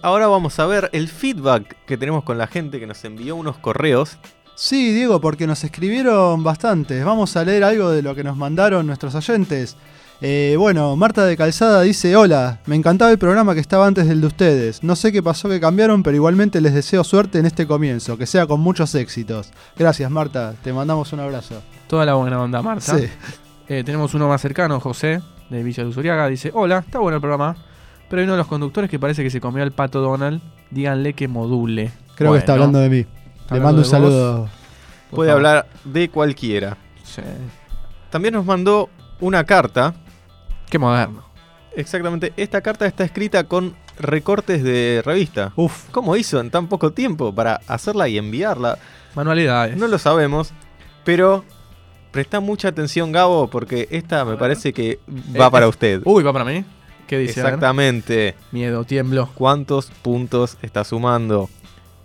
Ahora vamos a ver el feedback que tenemos con la gente que nos envió unos correos. Sí, Diego, porque nos escribieron bastantes. Vamos a leer algo de lo que nos mandaron nuestros oyentes. Eh, bueno, Marta de Calzada dice, hola, me encantaba el programa que estaba antes del de ustedes. No sé qué pasó que cambiaron, pero igualmente les deseo suerte en este comienzo, que sea con muchos éxitos. Gracias, Marta, te mandamos un abrazo. Toda la buena onda, Marta. Sí. Eh, tenemos uno más cercano, José, de Villa de Usuriaga. Dice, hola, está bueno el programa. Pero hay uno de los conductores que parece que se comió al pato Donald. Díganle que module. Creo que está Bueno, hablando de mí. está Le hablando mando un de saludo. vos. Por Puede favor. hablar de cualquiera. Sí. También nos mandó una carta. Qué moderno. Exactamente, esta carta está escrita con recortes de revista. Uf, ¿Cómo hizo en tan poco tiempo para hacerla y enviarla? Manualidades. No lo sabemos, pero presta mucha atención, Gabo, porque esta me parece que va Eh, para eh, usted. Uy, va para mí. ¿Qué dice? A ver. Exactamente. Miedo, tiemblo. ¿Cuántos puntos está sumando?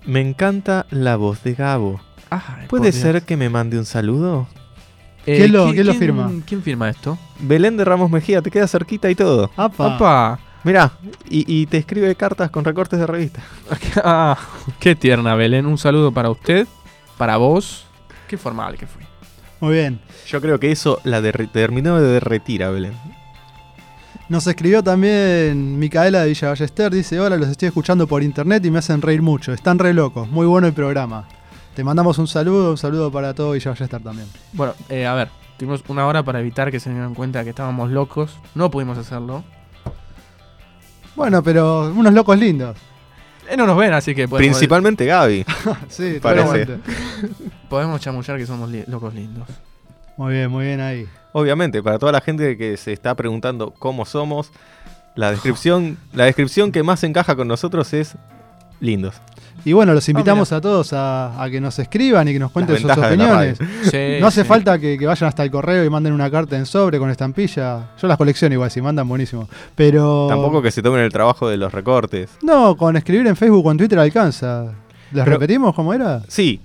Me encanta la voz de Gabo. Ay, por ¿Puede Dios. ser que me mande un saludo? Eh, Ah, ¿Quién lo- ¿qui- quién lo firma? ¿Quién firma esto? Belén de Ramos Mejía, te queda cerquita y todo. apa. ¡Opa! Mirá, y, y te escribe cartas con recortes de revista. Ah, qué tierna, Belén. Un saludo para usted, para vos. Qué formal que fui. Muy bien. Yo creo que eso la derri- terminó de derretir a Belén. Nos escribió también Micaela de Villa Ballester, dice, hola, los estoy escuchando por internet y me hacen reír mucho, están re locos, muy bueno el programa. Te mandamos un saludo, un saludo para todo Villa Ballester también. Bueno, eh, a ver, tuvimos una hora para evitar que se dieran cuenta que estábamos locos. No pudimos hacerlo. Bueno, pero unos locos lindos. Eh, no nos ven, así que podemos, Principalmente Gaby. Sí, Parece. totalmente. podemos chamullar que somos li- locos lindos. Muy bien, muy bien ahí. Obviamente, para toda la gente que se está preguntando cómo somos, la descripción, la descripción que más encaja con nosotros es lindos. Y bueno, los invitamos a todos a, a que nos escriban y que nos cuenten sus Ah, ventajas de la opiniones. Sí, No hace sí. falta que, que vayan hasta el correo y manden una carta en sobre con estampilla. Yo las colecciono igual, si mandan, buenísimo. Pero... Tampoco que se tomen el trabajo de los recortes. No, con escribir en Facebook o en Twitter alcanza. ¿Les Pero- repetimos cómo era? Sí.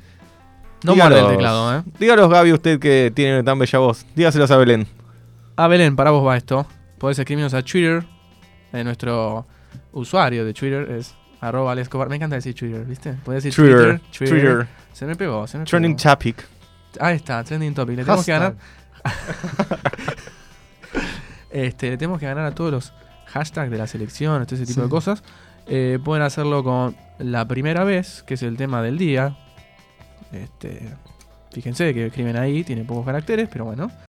No muerde dígalos- el teclado, ¿eh? Dígalos, Gaby, usted que tiene tan bella voz. Dígaselos a Belén. Ah, Belén, para vos va esto. Podés escribirnos a Twitter. Eh, nuestro usuario de Twitter es arroba Alex Cobar. Me encanta decir Twitter, ¿viste? Podés decir Twitter. Twitter. Twitter. Se me pegó, se me pegó. Trending topic. Ahí está, trending topic. Le tenemos que Hashtag. ganar. Este, le tenemos que ganar a todos los hashtags de la selección, todo ese tipo Sí. de cosas. Eh, pueden hacerlo con la primera vez, que es el tema del día. Este, fíjense que escriben ahí, tiene pocos caracteres, pero bueno.